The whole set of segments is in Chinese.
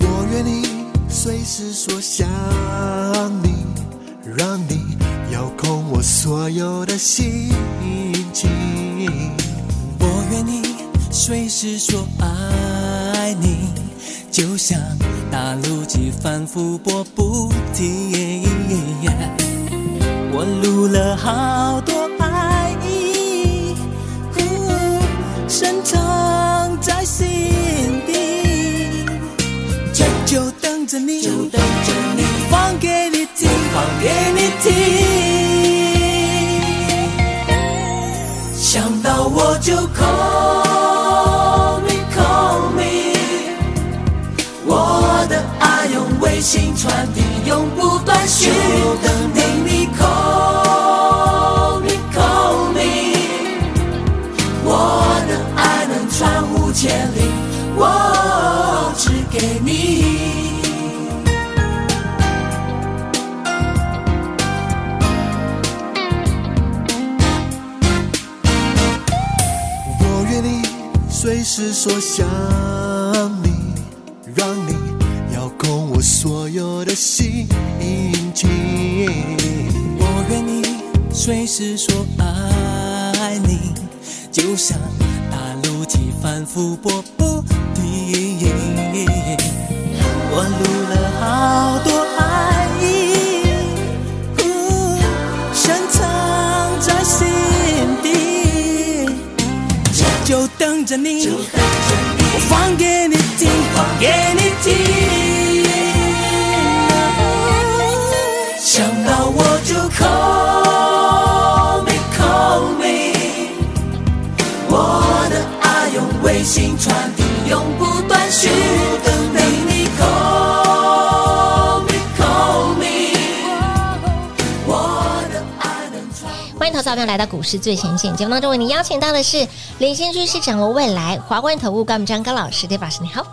我愿意随时说想你，让你遥控我所有的心情。我愿你随时说爱你，就像打路机反复播不停。我录了好多爱意，呜深藏在心底，就就等着你，就等着你，放给你听，放给你听。想到我就 call me call me，我的爱用微信传递，永不断续，就等你 call me call me，我的爱能传五千里，我只给你。我愿你随时说想你，让你遥控我所有的心情。我愿你随时说爱你，就像打路机反复播不停。我录了好多爱意，呜深藏在心底，就等着你，我放给你听，放给你听。想到我就 call me call me，我的爱用微信传递，永不断续，等你 call me call me，我的爱能传。欢迎投资者朋友来到股市最前线节目当中，为您邀请到的是领先趋势、掌握未来华冠投顾高敏章高老师，对吧？师你好。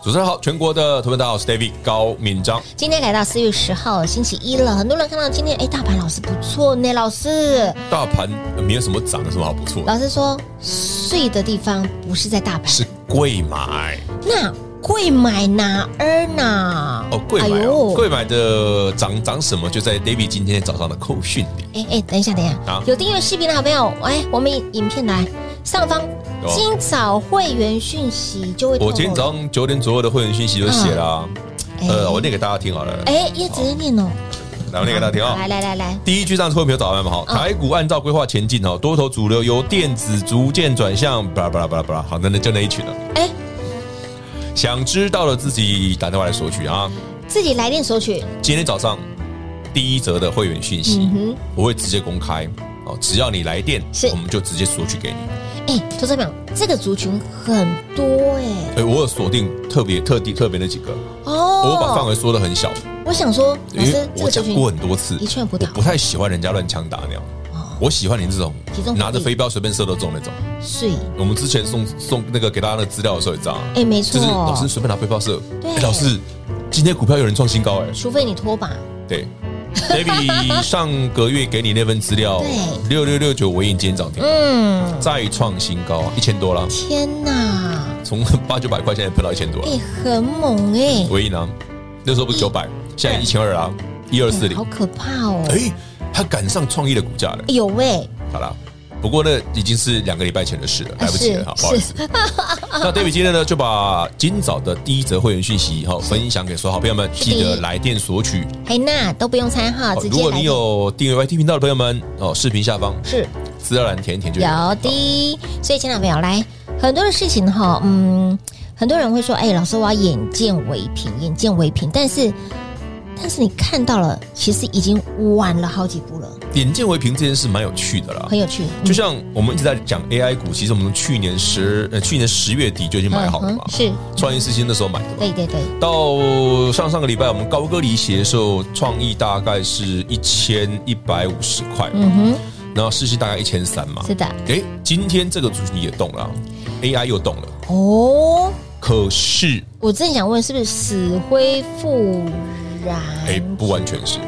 主持人好，全国的投资大家好，我是 David 高敏章。今天来到四月十号星期一了，很多人看到今天，哎，大盘老师不错呢，老师，大盘呃没有什么涨，有什么好不错的？老师说睡的地方不是在大盘，是贵买那贵买哪儿呢？哦，贵哎买哦呦，贵买的涨涨什么？就在 David 今天早上的扣讯里。哎哎，等一下，等一下好，有订阅视频的好朋友，哎，我们影片来上方有今早会员讯息就会透露。我今天早上九点左右的会员讯息就写了啊，嗯哎呃，我念给大家听好了，哎，叶子在念哦，来，我念给大家听啊。来来来来，第一句上错没有早安嘛？好，嗯台股按照规划前进哦，多头主流由电子逐渐转向，巴拉巴拉巴拉巴拉，好，那那就那一群了。哎，想知道的自己打电话来索取啊。自己来电索取，今天早上第一则的会员讯息，嗯我会直接公开哦，只要你来电是，我们就直接索取给你。哼，哎，投资表这个族群很多哎，哎，我有锁定特别特地特别那几个，哦，我把范围缩得很小，我想说，老因为师这我个族讲过群很多次，一劝不我倒不太喜欢人家乱枪打鸟，我喜欢你这种集中火力拿着飞镖随便射都中那种。睡，我们之前送送那个给大家的资料的时候也知道啊，哎，没错，就是老师随便拿飞镖射，对哎老师今天股票有人创新高哎，除非你拖把，对，David 上个月给你那份资料， 对六六六九尾影今天涨停，嗯，再创新高一千多啦，天哪，从 八九百块现在喷到一千多了哎，，很猛哎，尾影呢，那时候不是九百，现在一千二啦，一二四哎零好，可怕哦，哎，它赶上创意的股价了哎，呦喂，好啦。不过呢，已经是两个礼拜前的事了，来不及了，好不好意思哎是。 那 David 今天呢，就把今早的第一则会员讯息哈分享给所有好朋友们，是的记得来电索取。哎，那都不用参哈，好直哦如接果来你电有订阅 YT 频道的朋友们，哦，视频下方是资料栏填一填就有的，所以前两朋友来很多的事情哈，嗯，很多人会说，哎，老师我要眼见为凭，眼见为凭，但是但是你看到了，其实已经晚了好几步了，眼见为凭这件事蛮有趣的啦很。有趣。就像我们一直在讲 AI 股，其实我们去年十呃去年十月底就已经嗯买好了嘛啊嗯，是，创业四星那时候买的嘛。对对对，到上上个礼拜我们高歌离席的时候，创意大概是一千一百五十块，嗯哼，然后世星大概一千三嘛。是的，诶，今天这个主题也动了啊，AI 又动了，哦，可是我正想问，是不是死灰复燃？诶，不完全是。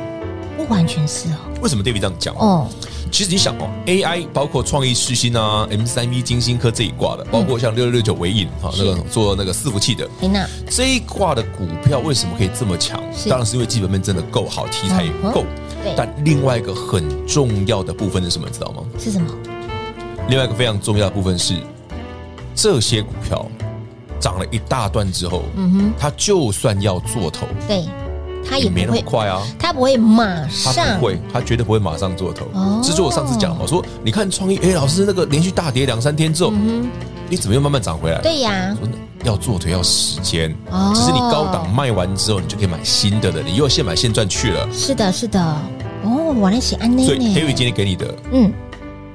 不完全是哦，为什么 David 这样讲？哦，其实你想哦，AI 包括创意世新啊、M 三 V 金星科这一挂的，包括像六六六九微影啊，那个做那个伺服器的琳娜，这一挂的股票，为什么可以这么强？是当然是因为基本面真的够好，题材也够嗯对。但另外一个很重要的部分是什么？你知道吗？是什么？另外一个非常重要的部分是，这些股票涨了一大段之后，嗯它就算要做头，对，他也也不没那么会，快啊。他不会马他上不，会，他绝对不会马上做头哦。这就我上次讲嘛，我说你看创意，哎，老师那个连续大跌两三天之后，嗯你怎么又慢慢涨回来？对呀我，说要做腿要时间哦，只是你高档卖完之后，你就可以买新的了，你又现买现赚去了。是的，是的，哦，我来写安内所以 Terry 呢，今天给你的嗯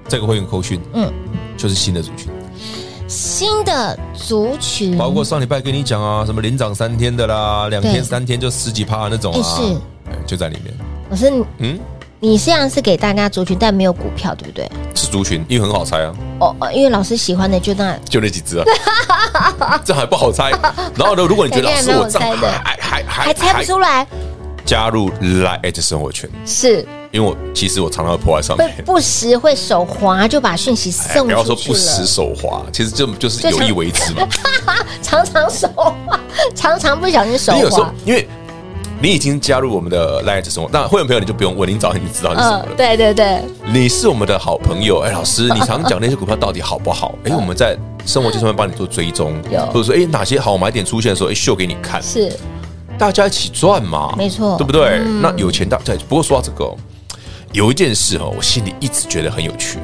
这个会员扣讯，嗯，就是新的族群，新的族群，包括上礼拜跟你讲啊，什么连涨三天的啦，两对天三天就十几趴那种哎啊是，哎就在里面。我是嗯，你现在是给大家族群，但没有股票，对不对？是族群，因为很好猜啊。哦，哦因为老师喜欢的就那就那几只啊， 这还不好 猜。然后呢，如果你觉得感觉老还师蛮我好这样猜的还还还猜不出来，加入 Line at 生活圈，是因为我其实我常常会破在上不 面，不时会手滑就把讯息哎送不要说出不去时了，手滑，其实这就是就有像意为之嘛。常常手滑， 常常不小心 手你有时候滑，因为你已经加入我们的 Line at 生活，那会员朋友你就不用问，你早你知道是什么嗯，了。对对对，你是我们的好朋友，哎，老师，你常讲那些股票到底好不好？哎，我们在生活圈上面帮你做追踪有，或者说哎哪些好买点出现的时候，哎秀给你看。是大家一起赚嘛，没错嗯对不对？那有钱大对，不过说到这个哦，有一件事哦，我心里一直觉得很有趣，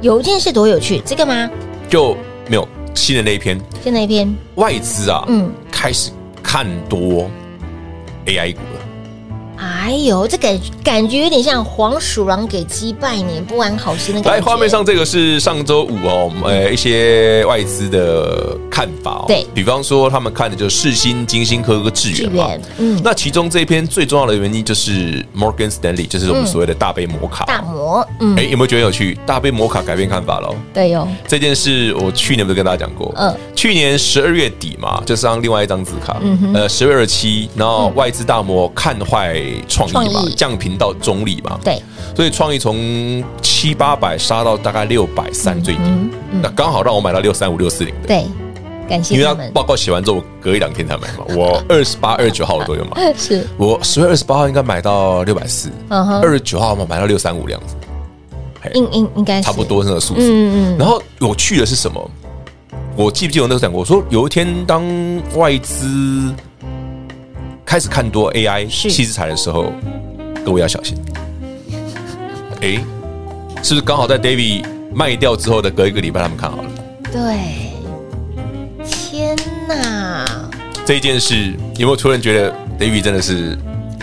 有一件事多有趣，这个吗？就没有新的那一篇就那篇，外资啊，嗯开始看多 AI 股了。哎呦，这感感觉有点像黄鼠狼给鸡拜年，不安好心的感觉。嗯来，画面上这个是上周五哦，呃，一些外资的看法哦，对比方说他们看的就是世新、金星科和智志源嘛。远，嗯，那其中这一篇最重要的原因就是 Morgan Stanley，就是我们所谓的大杯摩卡。嗯大魔，嗯，哎，有没有觉得有趣？大杯摩卡改变看法哦喽？对哦哟，这件事我去年不是跟大家讲过，嗯去年十二月底嘛，就上另外一张字卡，呃，十月二十七，然后外资大摩看坏创意嘛创意，降频到中立嘛，，对，所以创意从七八百杀到大概六百嗯三最低，那刚好让我买到六三五六四零的，对，感因谢为他他们，报告写完之后，我隔一两天才买嘛，我二十八、二十九号我都有买，是，我十月二十八号应该买到六百四，嗯哼二十九号嘛买到六三五两子，嘿应应应该是差不，多那个数字，嗯嗯然后有趣的是什么？我记不记得我那时候讲过，我说有一天当外资开始看多 AI 是细资材的时候，各位要小 心。诶，是不是刚好在 David 卖掉之后的隔一个礼拜，他们看好了嗯，对，天哪，这一件事？有没有突然觉得 David 真的是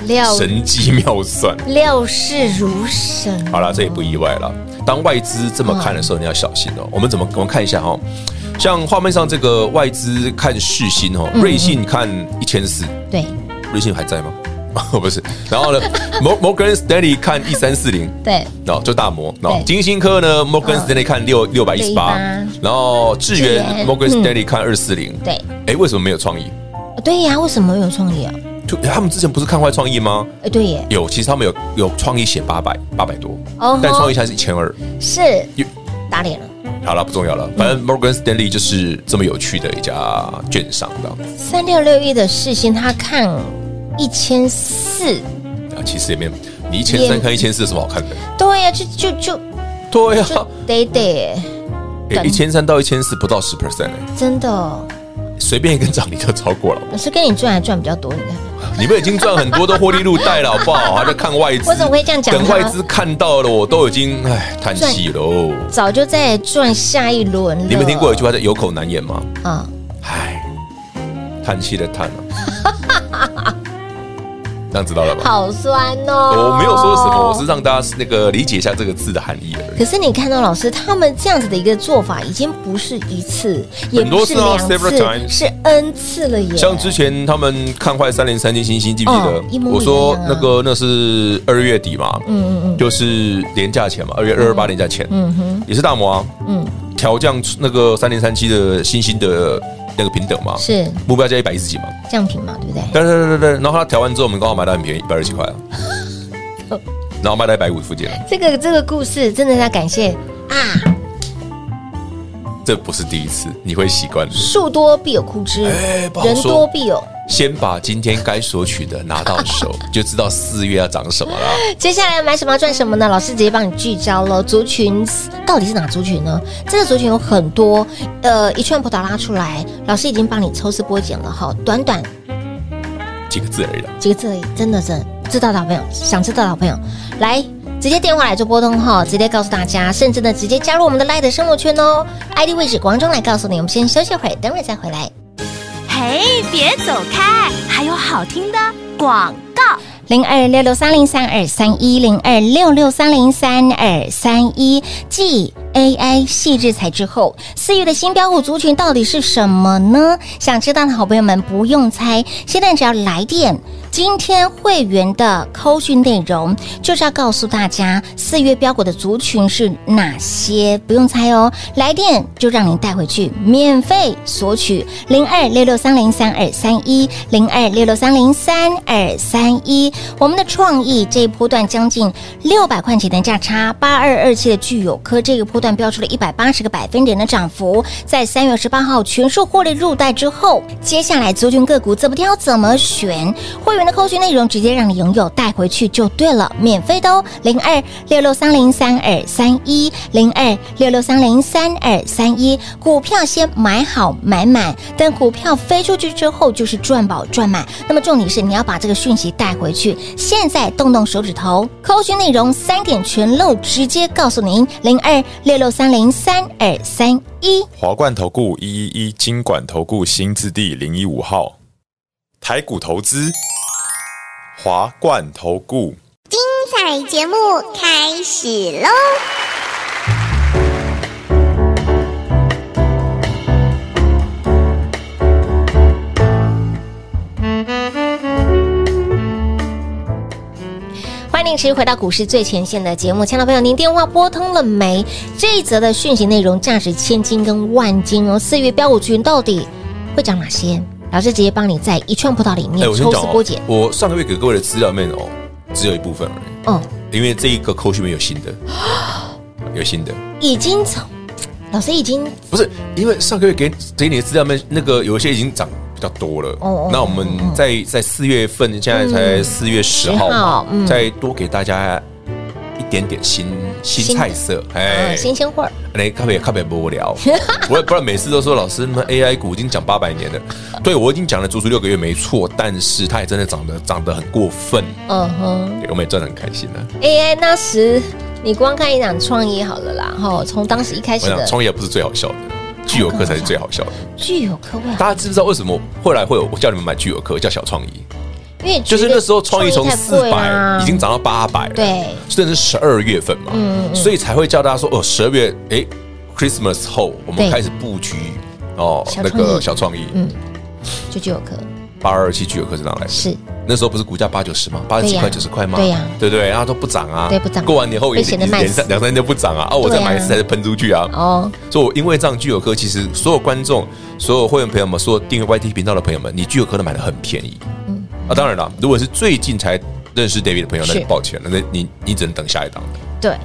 料神机妙算？料事如神，好啦，这也不意外了。当外资这么看的时候，你要小心哦。我们怎么我们看一下哈、哦，像画面上这个外资看世新哦，嗯瑞信看一千四，对瑞信还在吗？ 不是。然后呢 ，Mo-，Morgan Stanley 看一三四零。对，然后就大摩，然后对哦金星科呢，Morgan Stanley 看六六百一十八618，然后智源智源嗯 Morgan Stanley 看二四零，对，哎，为什么没有创意？对呀，为什么有创意啊？就他们之前不是看坏创意吗？哎，对耶，有，其实他们有有创意写八百八百多哦吼，但创意现在是一千二，是有打脸了，好了，不重要了。反正 Morgan Stanley 就是这么有趣的一家券商的，三六六一的世新，他看一千四，啊，其实也没有，你一千三看一千四有什么好看的？对呀，就就就对 呀、就得得，啊，一千三到一千四不到十 percent，哎真的哦，随便一根涨你就超过了，我是跟你赚还赚比较多，你看，你们已经赚很多都获利入袋了，好不好？还在看外资，我怎么会这样讲呢等外资看到了，我都已经唉叹气喽。早就在赚下一轮了。你们听过有一句话叫“有口难言”吗？啊？ 唉，叹气的叹啊。这样知道了吧？好酸哦！我没有说什么，我是让大家那个理解一下这个字的含义而已。可是你看到老师他们这样子的一个做法，已经不是一次，也很多不是次啊两 several times 次，是 n 次了耶。像之前他们看坏三零三金星星，记不记得哦一？模一样啊我说那个那是二月底嘛，嗯嗯就是年假前嘛，二月二二八年假前，嗯哼，也是大摩啊，嗯调降那个三零三七的星星的那个平等嘛，是目标价一百一十几嘛，降频嘛，对不对？对对对对对，然后它调完之后，我们刚好买到很便宜，一百二十几块 啊，哦然后卖到一百五附近啊，这个这个故事真的要感谢这不是第一次，你会习惯的。树多必有枯枝，哎不好人说多必有。先把今天该索取的拿 到手，就知道四月要涨什么了。接下来买什么赚什么呢？老师直接帮你聚焦了。族群到底是哪族群呢？这个族群有很多，呃，一串葡萄拉出来，老师已经帮你抽丝剥茧了哈。短短几个字而已啦。几个字而已，真的真的知道的好朋友，想知道的好朋友，来直接电话来做拨通哈，直接告诉大家，甚至呢直接加入我们的 Light 生活圈哦，ID 位置广中来告诉你。我们先休息会儿，等会儿再回来。嘿，别走开，还有好听的广告。零二六六三零三二三一零二六六三零三二三一。继 AI 细制裁之后，四月的新标股族群到底是什么呢？想知道的好朋友们不用猜，现在只要来电。今天会员的扣讯内容就是要告诉大家四月标股的族群是哪些，不用猜哦。来电就让您带回去，免费索取零二六六三零三二三一零二六六三零三二三一。我们的创意这一波段将近六百块钱的价差，八二二七的聚友科这个波段标出了一百八十个百分点的涨幅，在三月十八号全数获利入袋之后，接下来族群个股怎么挑怎么选，会员的扣讯内容直接让你拥有带回去就对了，免费的哦，零二六六三零三二三一零二六六三零三二三一，股票先买好买满，但股票飞出去之后就是赚饱赚满，那么重点是你要把这个讯息带回去，现在动动手指头，扣讯内容三点全漏，直接告诉您零二六六三零三二三一。华冠投顾一一一金管投顾新字第零一五号，台股投资，华冠投顾。彩节目开始喽！欢迎持续回到股市最前线的节目，亲爱的朋友，您电话拨通了没？这一则的讯息内容价值千金跟万金哦，四月标股群到底会涨哪些？老师直接帮你在一串葡萄里面哎，我先抽丝讲剥茧哦，我上个月给各位的资料里面哦，只有一部分而已，哦，因为这一个扣讯里面有新 的，有新的，已经从老师已经不是因为上个月给给你的资料里面那个有一些已经涨比较多了哦哦，那我们在在四月份，现在才四月十10号号嗯嘛，再多给大家一点点新新新的菜色，哎啊新鲜货儿，那咖啡咖啡 无聊，不然不然每次都说老师，你们 AI 股已经讲八百年了，对我已经讲了足足六个月没错，但是它也真的涨得涨得很过分，嗯哼对我们也赚得很开心啊。 ，AI 那时你光看一档创意好了啦，哈，从当时一开我始想的创业不是最好笑的，具有科才是最好笑的。具有啊科位，大家知不知道为什么后来会有我叫你们买具有科叫小创意？因为就是那时候创意从太四贵啦百已经涨到八百了，对，嗯甚至十二月份嘛，所以才会叫大家说哦，十二月哎，Christmas 后我对们开始布局哦小，那创意个小创意嗯就具有科八二七具有科是哪来的？是那时候不是股价八九十吗？八十几块、九十块吗？对呀对不对？然后都不涨啊，对不涨过完年后被也显连得慢两死三两三天都不涨啊，啊，我再对啊买一次才喷出去啊。哦，所以，我因为这样，聚友科其实所有观众、所有会员朋友们、所有订阅 YT 频道的朋友们，你聚友科都买的很便宜。嗯啊，当然了，如果是最近才认识 David 的朋友，那是就抱歉，那你你只能等下一档。对，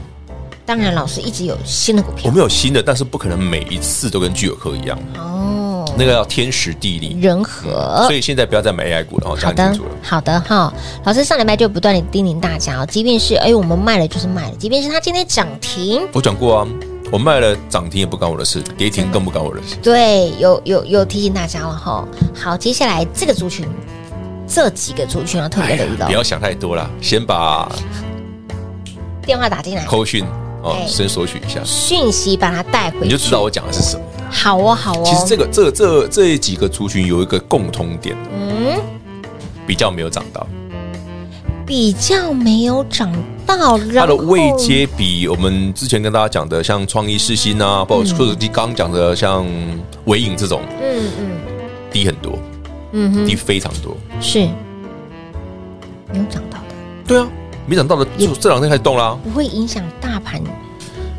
当然老师一直有新的股我票们有新的，但是不可能每一次都跟聚友科一样，哦，那个要天时地利。人和所。以现在不要再买 AI 股了，哦，好讲清的楚了。，好的哈，老师上礼拜就不断的叮咛大家哦，即便是哎我们卖了就是卖了，即便是它今天涨停，我讲过啊，我卖了涨停也不干我的事，跌停更不干我的事。对，有有有提醒大家了哈。好，接下来这个族群，这几个族群要啊特别留意了不要想太多了，先把电话打进来，扣讯哦哎先索取一下，讯息把它带回去，你就知道我讲的是什么。好哦，好哦。其实这个这这这几个族群有一个共通点，嗯，比较没有涨到，比较没有涨到，它然的后位阶比我们之前跟大家讲的，像创意世新啊，包括或者刚刚讲的像微影这种，嗯嗯低很多，嗯哼，低非常多。是没有涨到的，对啊，没想到的，就这两天开始动啦。不会影响大盘。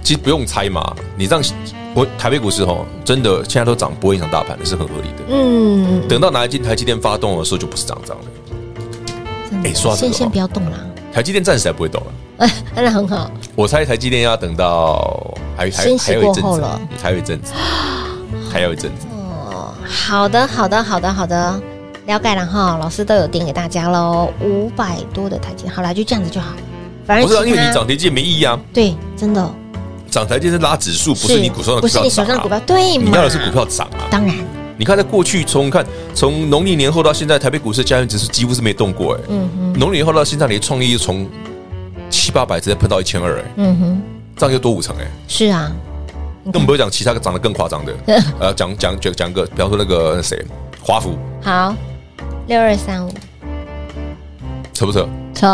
其实不用猜嘛，你让我台北股市吼，真的现在都涨，不会影响大盘，是很合理的。嗯，等到哪一天台积电发动的时候，就不是涨涨了。真的哎说到这个先哦先不要动啦，台积电暂时还不会动了，哎， 那很好，我猜台积电要等到还还升息还有一阵过后子嗯了，还有 一阵子，还有一阵子。哦，好的，好的，好的，好的，了解了哈，老师都有点给大家喽，五百多的台阶，好啦，就这样子就好。反正不是、啊，因其为他你涨台积电没意义啊，对，真的涨台积电是拉指数，不是你股上的不股是票你手上涨的股啊票，，对嘛？你要的是股票涨啊。当然，你看，在过去从看从农历年后到现在，台北股市加权指数几乎是没动过哎、嗯哼，农历年后到现在，你创意从七八百直接碰到一千二哎，嗯哼，这样就多五成哎、是啊，根本不会讲其他涨得更 夸张的，呃，讲讲讲讲个，比方说那个那谁，华孚好，六二三五，扯不扯？扯，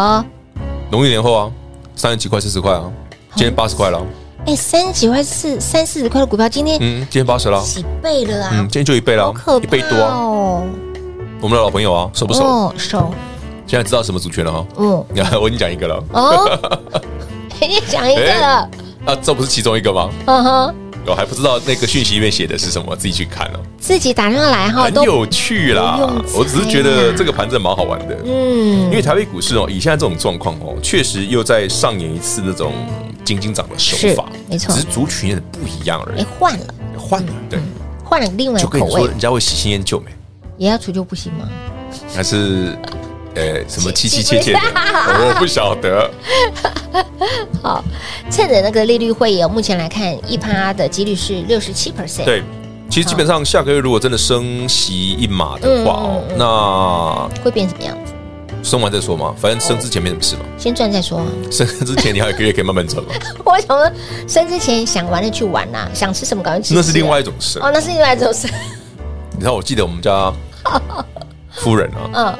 农历年后啊，三十几块、四十块啊，今天八十块了啊，哎，三十几块四三四十块的股票，今天嗯，今天八十了啊，几倍了啊？嗯，今天就一倍了好啊，可一倍怕多啊，哦！我们的老朋友啊，熟不熟？哦，手，现在知道什么主权了哈？嗯， 我已经讲一个了， 哦，给你讲一个了，啊，这不是其中一个吗？嗯哼。我还不知道那个讯息里面写的是什么，自己去看了，自己打上来哈，很哦都有趣啦不用猜啦。我只是觉得这个盘真的蛮好玩的，嗯，因为台北股市哦，以现在这种状况哦，确实又在上演一次那种金金涨的手法是，没错只是族群也不一样而哎已，换了，换了，对，换了另外一就个口跟你说，味人，家会喜新厌旧没？也要除旧不行吗？还是呃什么凄凄切切的，我不晓 得。好，趁着那个利率会有，目前来看一趴的几率是六十七 percent，，对，其实基本上下个月如果真的升息一码的话哦，那会变什么样子？升完再说嘛，反正升之前没什么事嘛，先赚再说啊。 升之前你还有一个月可以慢慢 赚嘛，我想说，生之前想玩的去玩啦、想吃什么赶快吃。那是另外一种事。哦，那是另外一种事。 你知道，我记得我们家夫人啊，嗯，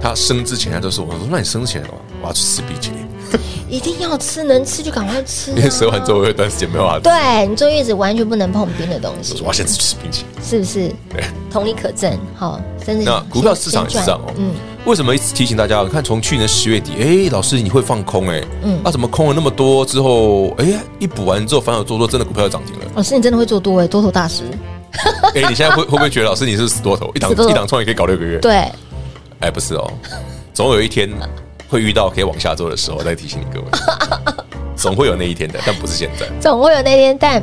她生之前她就说：“我说那你生之前我要去吃冰淇淋，一定要吃，能吃就赶快吃、啊。因为生完之后有一段时间没有办法吃。对你坐月子完全不能碰冰的东”我西说：“我，要先去吃冰淇淋。是不是对？同理可证，好，甚至那股票市场也是这样哦。嗯，为什么一直提醒大家？你看，从去年十月底，哎，老师你会放空哎，嗯那、怎么空了那么多之后，哎，一补完之后反手做多，真的股票又涨 。停了老师你真的会做多哎，多头大师。哎，你现在会会不会觉得老师你是不是死多头？一档死多头一档创业可以搞六个月？对，哎，不是哦，总有一天会遇到可以往下做的时候，再提醒你 各位，总会有那一天的，但不是现在。总会有那天，但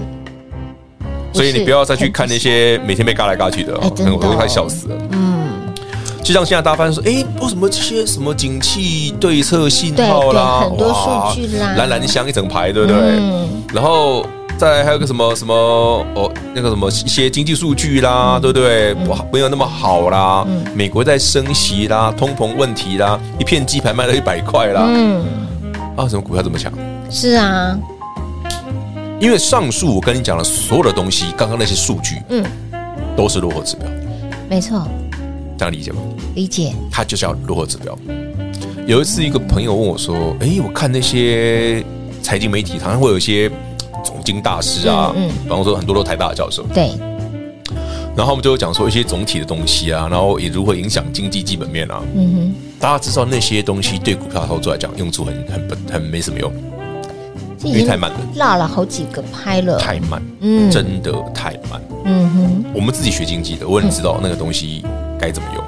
所以你不要再去看那些每天被嘎来嘎去的、哎哦，真的很哦我都快笑死了。嗯，就像现在大家发现说，哎，为什么这些什么景气对策信号对啦，对很多哇数据啦蓝蓝香一整排，对不对？嗯然后。再来还有个什么什么哦，那个什么一些经济数据啦，嗯对不对？不好没有那么好啦，美国在升息啦，通膨问题啦，一片鸡排卖到一百块啦，嗯，啊，什么股票这么强？是啊，因为上述我跟你讲的所有的东西，刚刚那些数据，嗯，都是落后指标，没错，这样理解吗？理解，它就是要落后指标。有一次，一个朋友问我说：“诶，我看那些财经媒体，常常会有一些总经大师啊，嗯嗯比方说很多都台大的教授，对，然后我们就会讲说一些总体的东西啊，然后也如何影响经济基本面啊。嗯大家知道那些东西对股票操作来讲用处很很不很没什么用，哼，这因为太慢了，落了好几个拍了，太慢，嗯真的太慢。嗯哼，我们自己学经济的，我很知道那个东西该怎么用，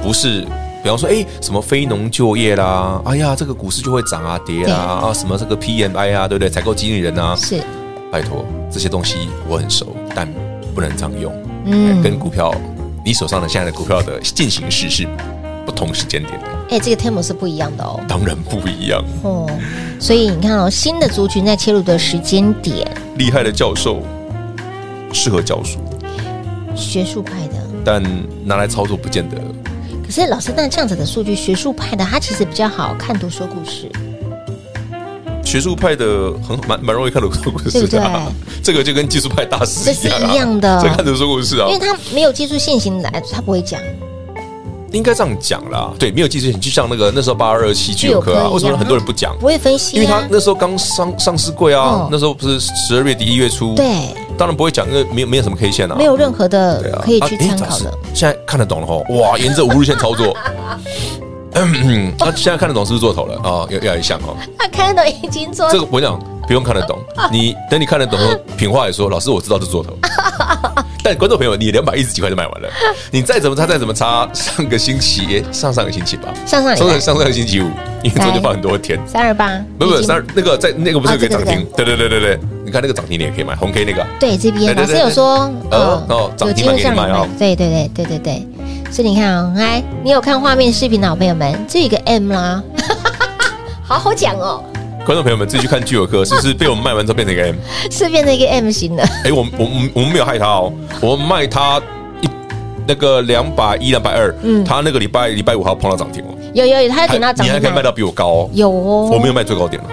不是比方说，哎，什么非农就业啦，哎呀，这个股市就会涨啊跌啊啊，什么这个 PMI 啊，对不对？采购经理人啊，是，拜托，这些东西我很熟，但不能常用，嗯跟股票你手上的现在的股票的进行式是不同时间点的，哎，这个 tempo 是不一样的哦，当然不一样。哦，所以你看哦，新的族群在切入的时间点，厉害的教授适合教书，学术派的，但拿来操作不见得。可是老师，那这样子的数据，学术派的它其实比较好看图说故事，学术派的很蛮蛮容易看懂说故事的、啊， 这个就跟技术派大师一样、啊，这是一样的这看懂说故事啊因为，它没有技术现行来，它不会讲，应该这样讲啦。对，没有记错，你去像那个那时候八二二七具具有有科科啊，一为什么样很多人不讲？不会分因析为他啊，那时候刚上上市柜啊嗯，那时候不是十二月底一月初，对，当然不会讲，因为没有没有什么 K 线啊，没有任何对的啊，可以去啊诶参考老师的。现在看得懂了哈，哇，沿着五日线操 作。嗯，那、现在看得懂是不是做头了啊？要要一项哦，他看到已经 做这个我讲不用看 得懂，你等你看得懂后，品话也说老师我知道这是做头，但观众朋友你两百一十几块就买完了，你再怎么差再怎么差，上个星期诶上上个星期吧，上上礼上拜上上上个星期五，因为昨天放很多天，三二八，不哎已不经三那个在那个不是哦有个这个涨停，对对对对对，你看那个涨停你也可以买红 K 那个啊，对这边对对老师对有说，呃对哦哦有涨机停会板给你上买来哦对对对对对对。所以你看哦，来，你有看画面视频的好朋友们，这有一个 M 啦， 好好讲哦，观众朋友们自己去看巨有科是不是被我们卖完之后变 成一个 M？是变成一个 M 型的，哎、我们我们我们没有害他哦，我们卖他一那个两百一、两百二，嗯他那个礼拜礼拜五还要碰到涨停哦，有有有，他还点到涨啊你还可以停卖板，到比我高哦，有哦，我没有卖最高点哦。哦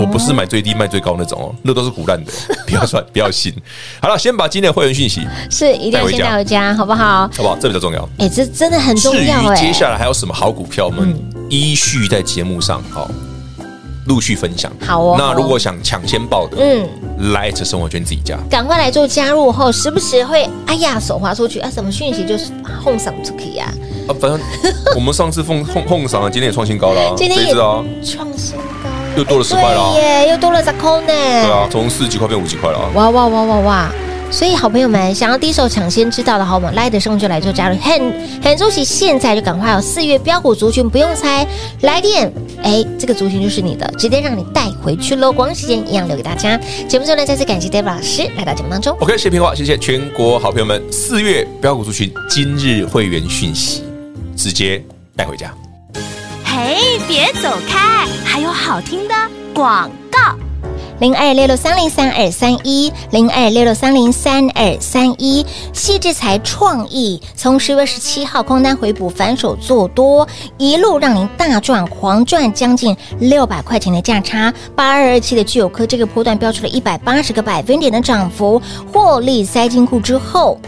我不是买最低卖最高那种哦，那都是 胡乱的，不要算，不要信。好了，先把今天的会员讯息，是一定要带回先家带回家，好不好？好不好？这比较重要。哎，这真的很重至于要嗯哎接，下来还有什么好股票，我们依序在节目上好陆续分享。好哦那如果想抢先报的，嗯，来这生活圈自己加。赶快来做加入后，时不时会哎呀手滑出去啊，什么讯息就是哄上出去呀，啊，反正我们上次碰碰碰上了，今天也创新高了、啊，今天也谁知道啊？创新高，又多了十块了啊对耶，又多了十空呢，对啊，从四十几块变五十几块了、啊。哇哇哇哇哇！所以，好朋友们想要第一手抢先知道的好我们来的时候就来做加入，很很恭喜，现在就赶快哦！四月标股族群不用猜，来电，哎，这个族群就是你的，直接让你带回去喽。光时间一样留给大家。节目最后呢，再次感谢 David 老师来到节目当中。 OK，谢谢平话，谢谢全国好朋友们，四月标股族群今日会员讯息，直接带回家。嘿，别走开，还有好听的广告。零二六六三零三二三一，零二六六三零三二三一，细致才创意从十月十七号空单回补，反手做多，一路让您大赚狂赚将近六百块钱的价差。八二二七的具有科这个波段标出了一百八十个百分点的涨幅，获利塞金库之后。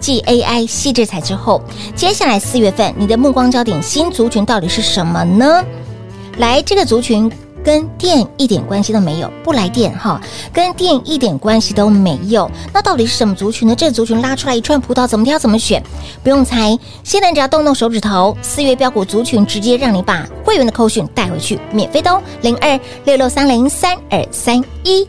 继 AI 细制裁之后，接下来四月份你的目光焦点新族群到底是什么呢？来这个族群跟电一点关系都没有，不来电哈，跟电一点关系都没有。那到底是什么族群呢？这个族群拉出来一串葡萄，怎么挑怎么选，不用猜。现在只要动动手指头，四月标股族群直接让你把会员的扣讯带回去，免费的哦，零二六六三零三二三一。